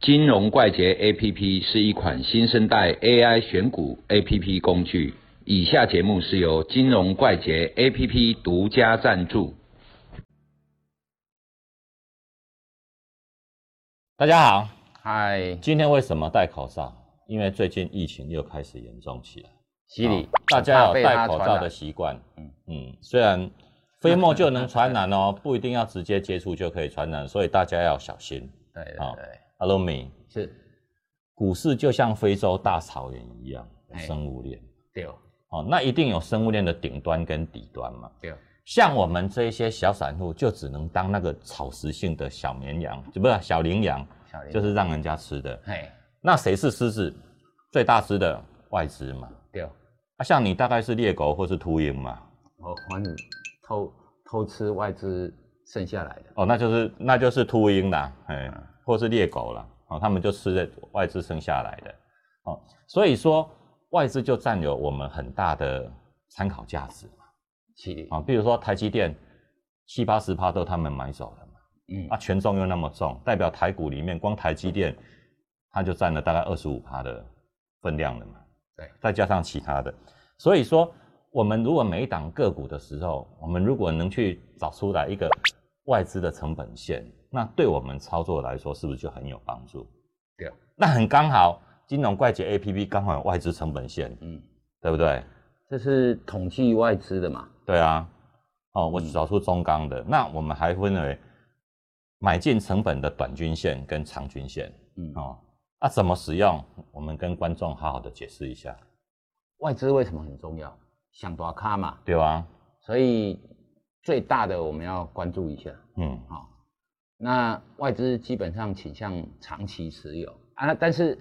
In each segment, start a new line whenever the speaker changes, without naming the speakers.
金融怪杰 APP 是一款新生代 AI 选股 APP 工具。以下节目是由金融怪杰 APP 独家赞助。
大家好，
嗨，
今天为什么戴口罩？因为最近疫情又开始严重起来，
西里
哦，大家
很怕
有
被它
戴口
传
罩
染
的习惯。
嗯
嗯嗯，虽然飞沫就能传染 哦，不一定要直接接触就可以传染，所以大家要小心。
对对
好
对，
阿罗米，
是
股市就像非洲大草原一样，有
哎
生物链
对
哦，那一定有生物链的顶端跟底端嘛。
对，
像我们这一些小散户，就只能当那个草食性的小绵羊，不是小羚羊，
小林
就是让人家吃的。
嘿
那谁是狮子？最大只的外资嘛。
对，
啊，像你大概是猎狗或是秃鹰嘛。
我反正偷偷吃外资剩下来的，
哦，那就是那就是秃鹰啦，哎，或是猎狗啦。哦，他们就吃的外资生下来的。哦，所以说外资就占有我们很大的参考价值嘛。
西里，
啊，比如说台积电七八十趴都他们买走了嘛。
嗯
啊，权重又那么重，代表台股里面光台积电，它就占了大概二十五趴的分量了嘛。
对，
再加上其他的，所以说我们如果每一档个股的时候，我们如果能去找出来一个外资的成本线，那对我们操作来说是不是就很有帮助？
对，
那很刚好，金融怪杰 A P P 刚好有外资成本线，
嗯，
对不对？
这是统计外资的嘛？
对啊，哦，我找出中钢的，那我们还分为买进成本的短均线跟长均线
嗯，
哦。那、怎么使用？我们跟观众好好的解释一下，
外资为什么很重要？想大咖嘛，
对吧？
所以最大的我们要关注一下
嗯，
啊、那外资基本上倾向长期持有啊，但是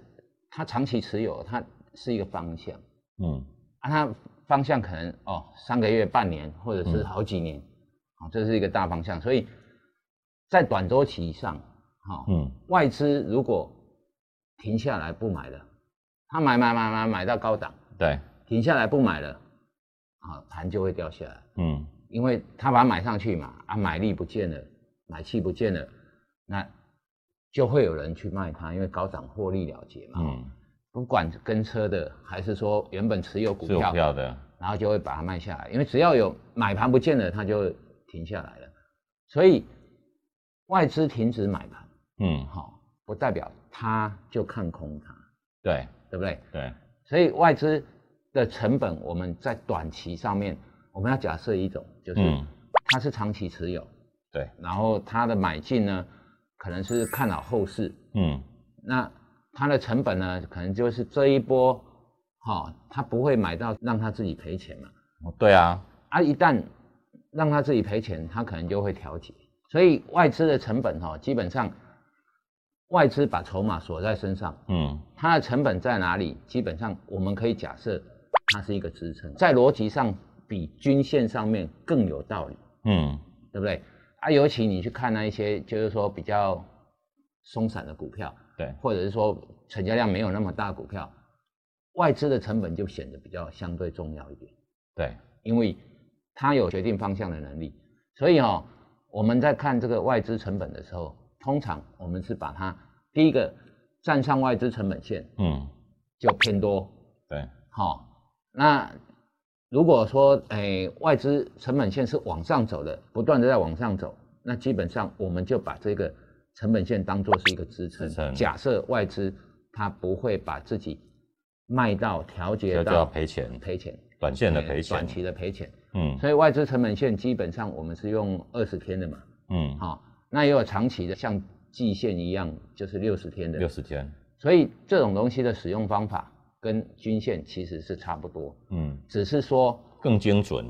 它长期持有，它是一个方向
嗯，
啊，它方向可能哦三个月、半年或者是
嗯
好几年，啊、这是一个大方向。所以在短周期上，哈、
嗯，
外资如果停下来不买了，他买买买买买到高档，
对，
停下来不买了，啊、盘就会掉下来。
嗯，
因为他把它买上去嘛，啊，买力不见了，买气不见了，那就会有人去卖它，因为高涨获利了结嘛。
嗯，
不管是跟车的，还是说原本持有股
是有
票，
票的，
然后就会把它卖下来，因为只要有买盘不见了，它就停下来了。所以外资停止买盘，
嗯，
好、不代表他就看空它，
对
对不对？
对，
所以外资的成本，我们在短期上面，我们要假设一种，就是
嗯
它是长期持有，
对，
然后它的买进呢，可能是看好后市，
嗯
那它的成本呢，可能就是这一波，哈、它不会买到让它自己赔钱嘛，
对啊，
啊，一旦让它自己赔钱，它可能就会调节，所以外资的成本哈、基本上外资把筹码锁在身上，
嗯
它的成本在哪里？基本上我们可以假设它是一个支撑，在逻辑上比均线上面更有道理，
嗯，
对不对？啊，尤其你去看那一些就是说比较松散的股票，
对，
或者是说成交量没有那么大的股票，外资的成本就显得比较相对重要一点，
对，
因为它有决定方向的能力。所以哦，我们在看这个外资成本的时候，通常我们是把它第一个站上外资成本线，
嗯
就偏多。
对，
好、那如果说诶、外资成本线是往上走的，不断的在往上走，那基本上我们就把这个成本线当做是一个支撑。
支撑
假设外资它不会把自己卖到调节
就就要
到
赔钱，
赔钱，
短线的
诶
赔
短
钱，
期的赔钱。
嗯
所以外资成本线基本上我们是用二十天的嘛，
嗯，
好、那也有长期的，像季线一样，就是六十天的。
六十天，
所以这种东西的使用方法跟均线其实是差不多，
嗯，
只是说
更精准，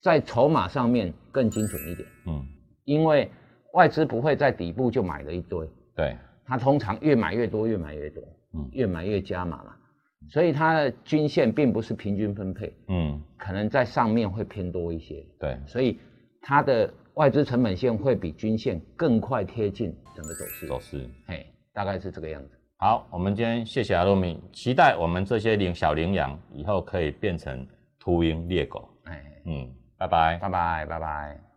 在筹码上面更精准一点，
嗯，
因为外资不会在底部就买了一堆，
对，
它通常越买越多，越买越多，
嗯
越买越加码嘛，所以它的均线并不是平均分配，
嗯
可能在上面会偏多一些，
对，
所以它的外资成本线会比均线更快贴近整个走势，
走势。
嘿，大概是这个样子。
好，我们今天谢谢阿露米，期待我们这些领小羚羊以后可以变成秃鹰猎狗。
哎，
嗯，拜拜。
拜拜，拜拜。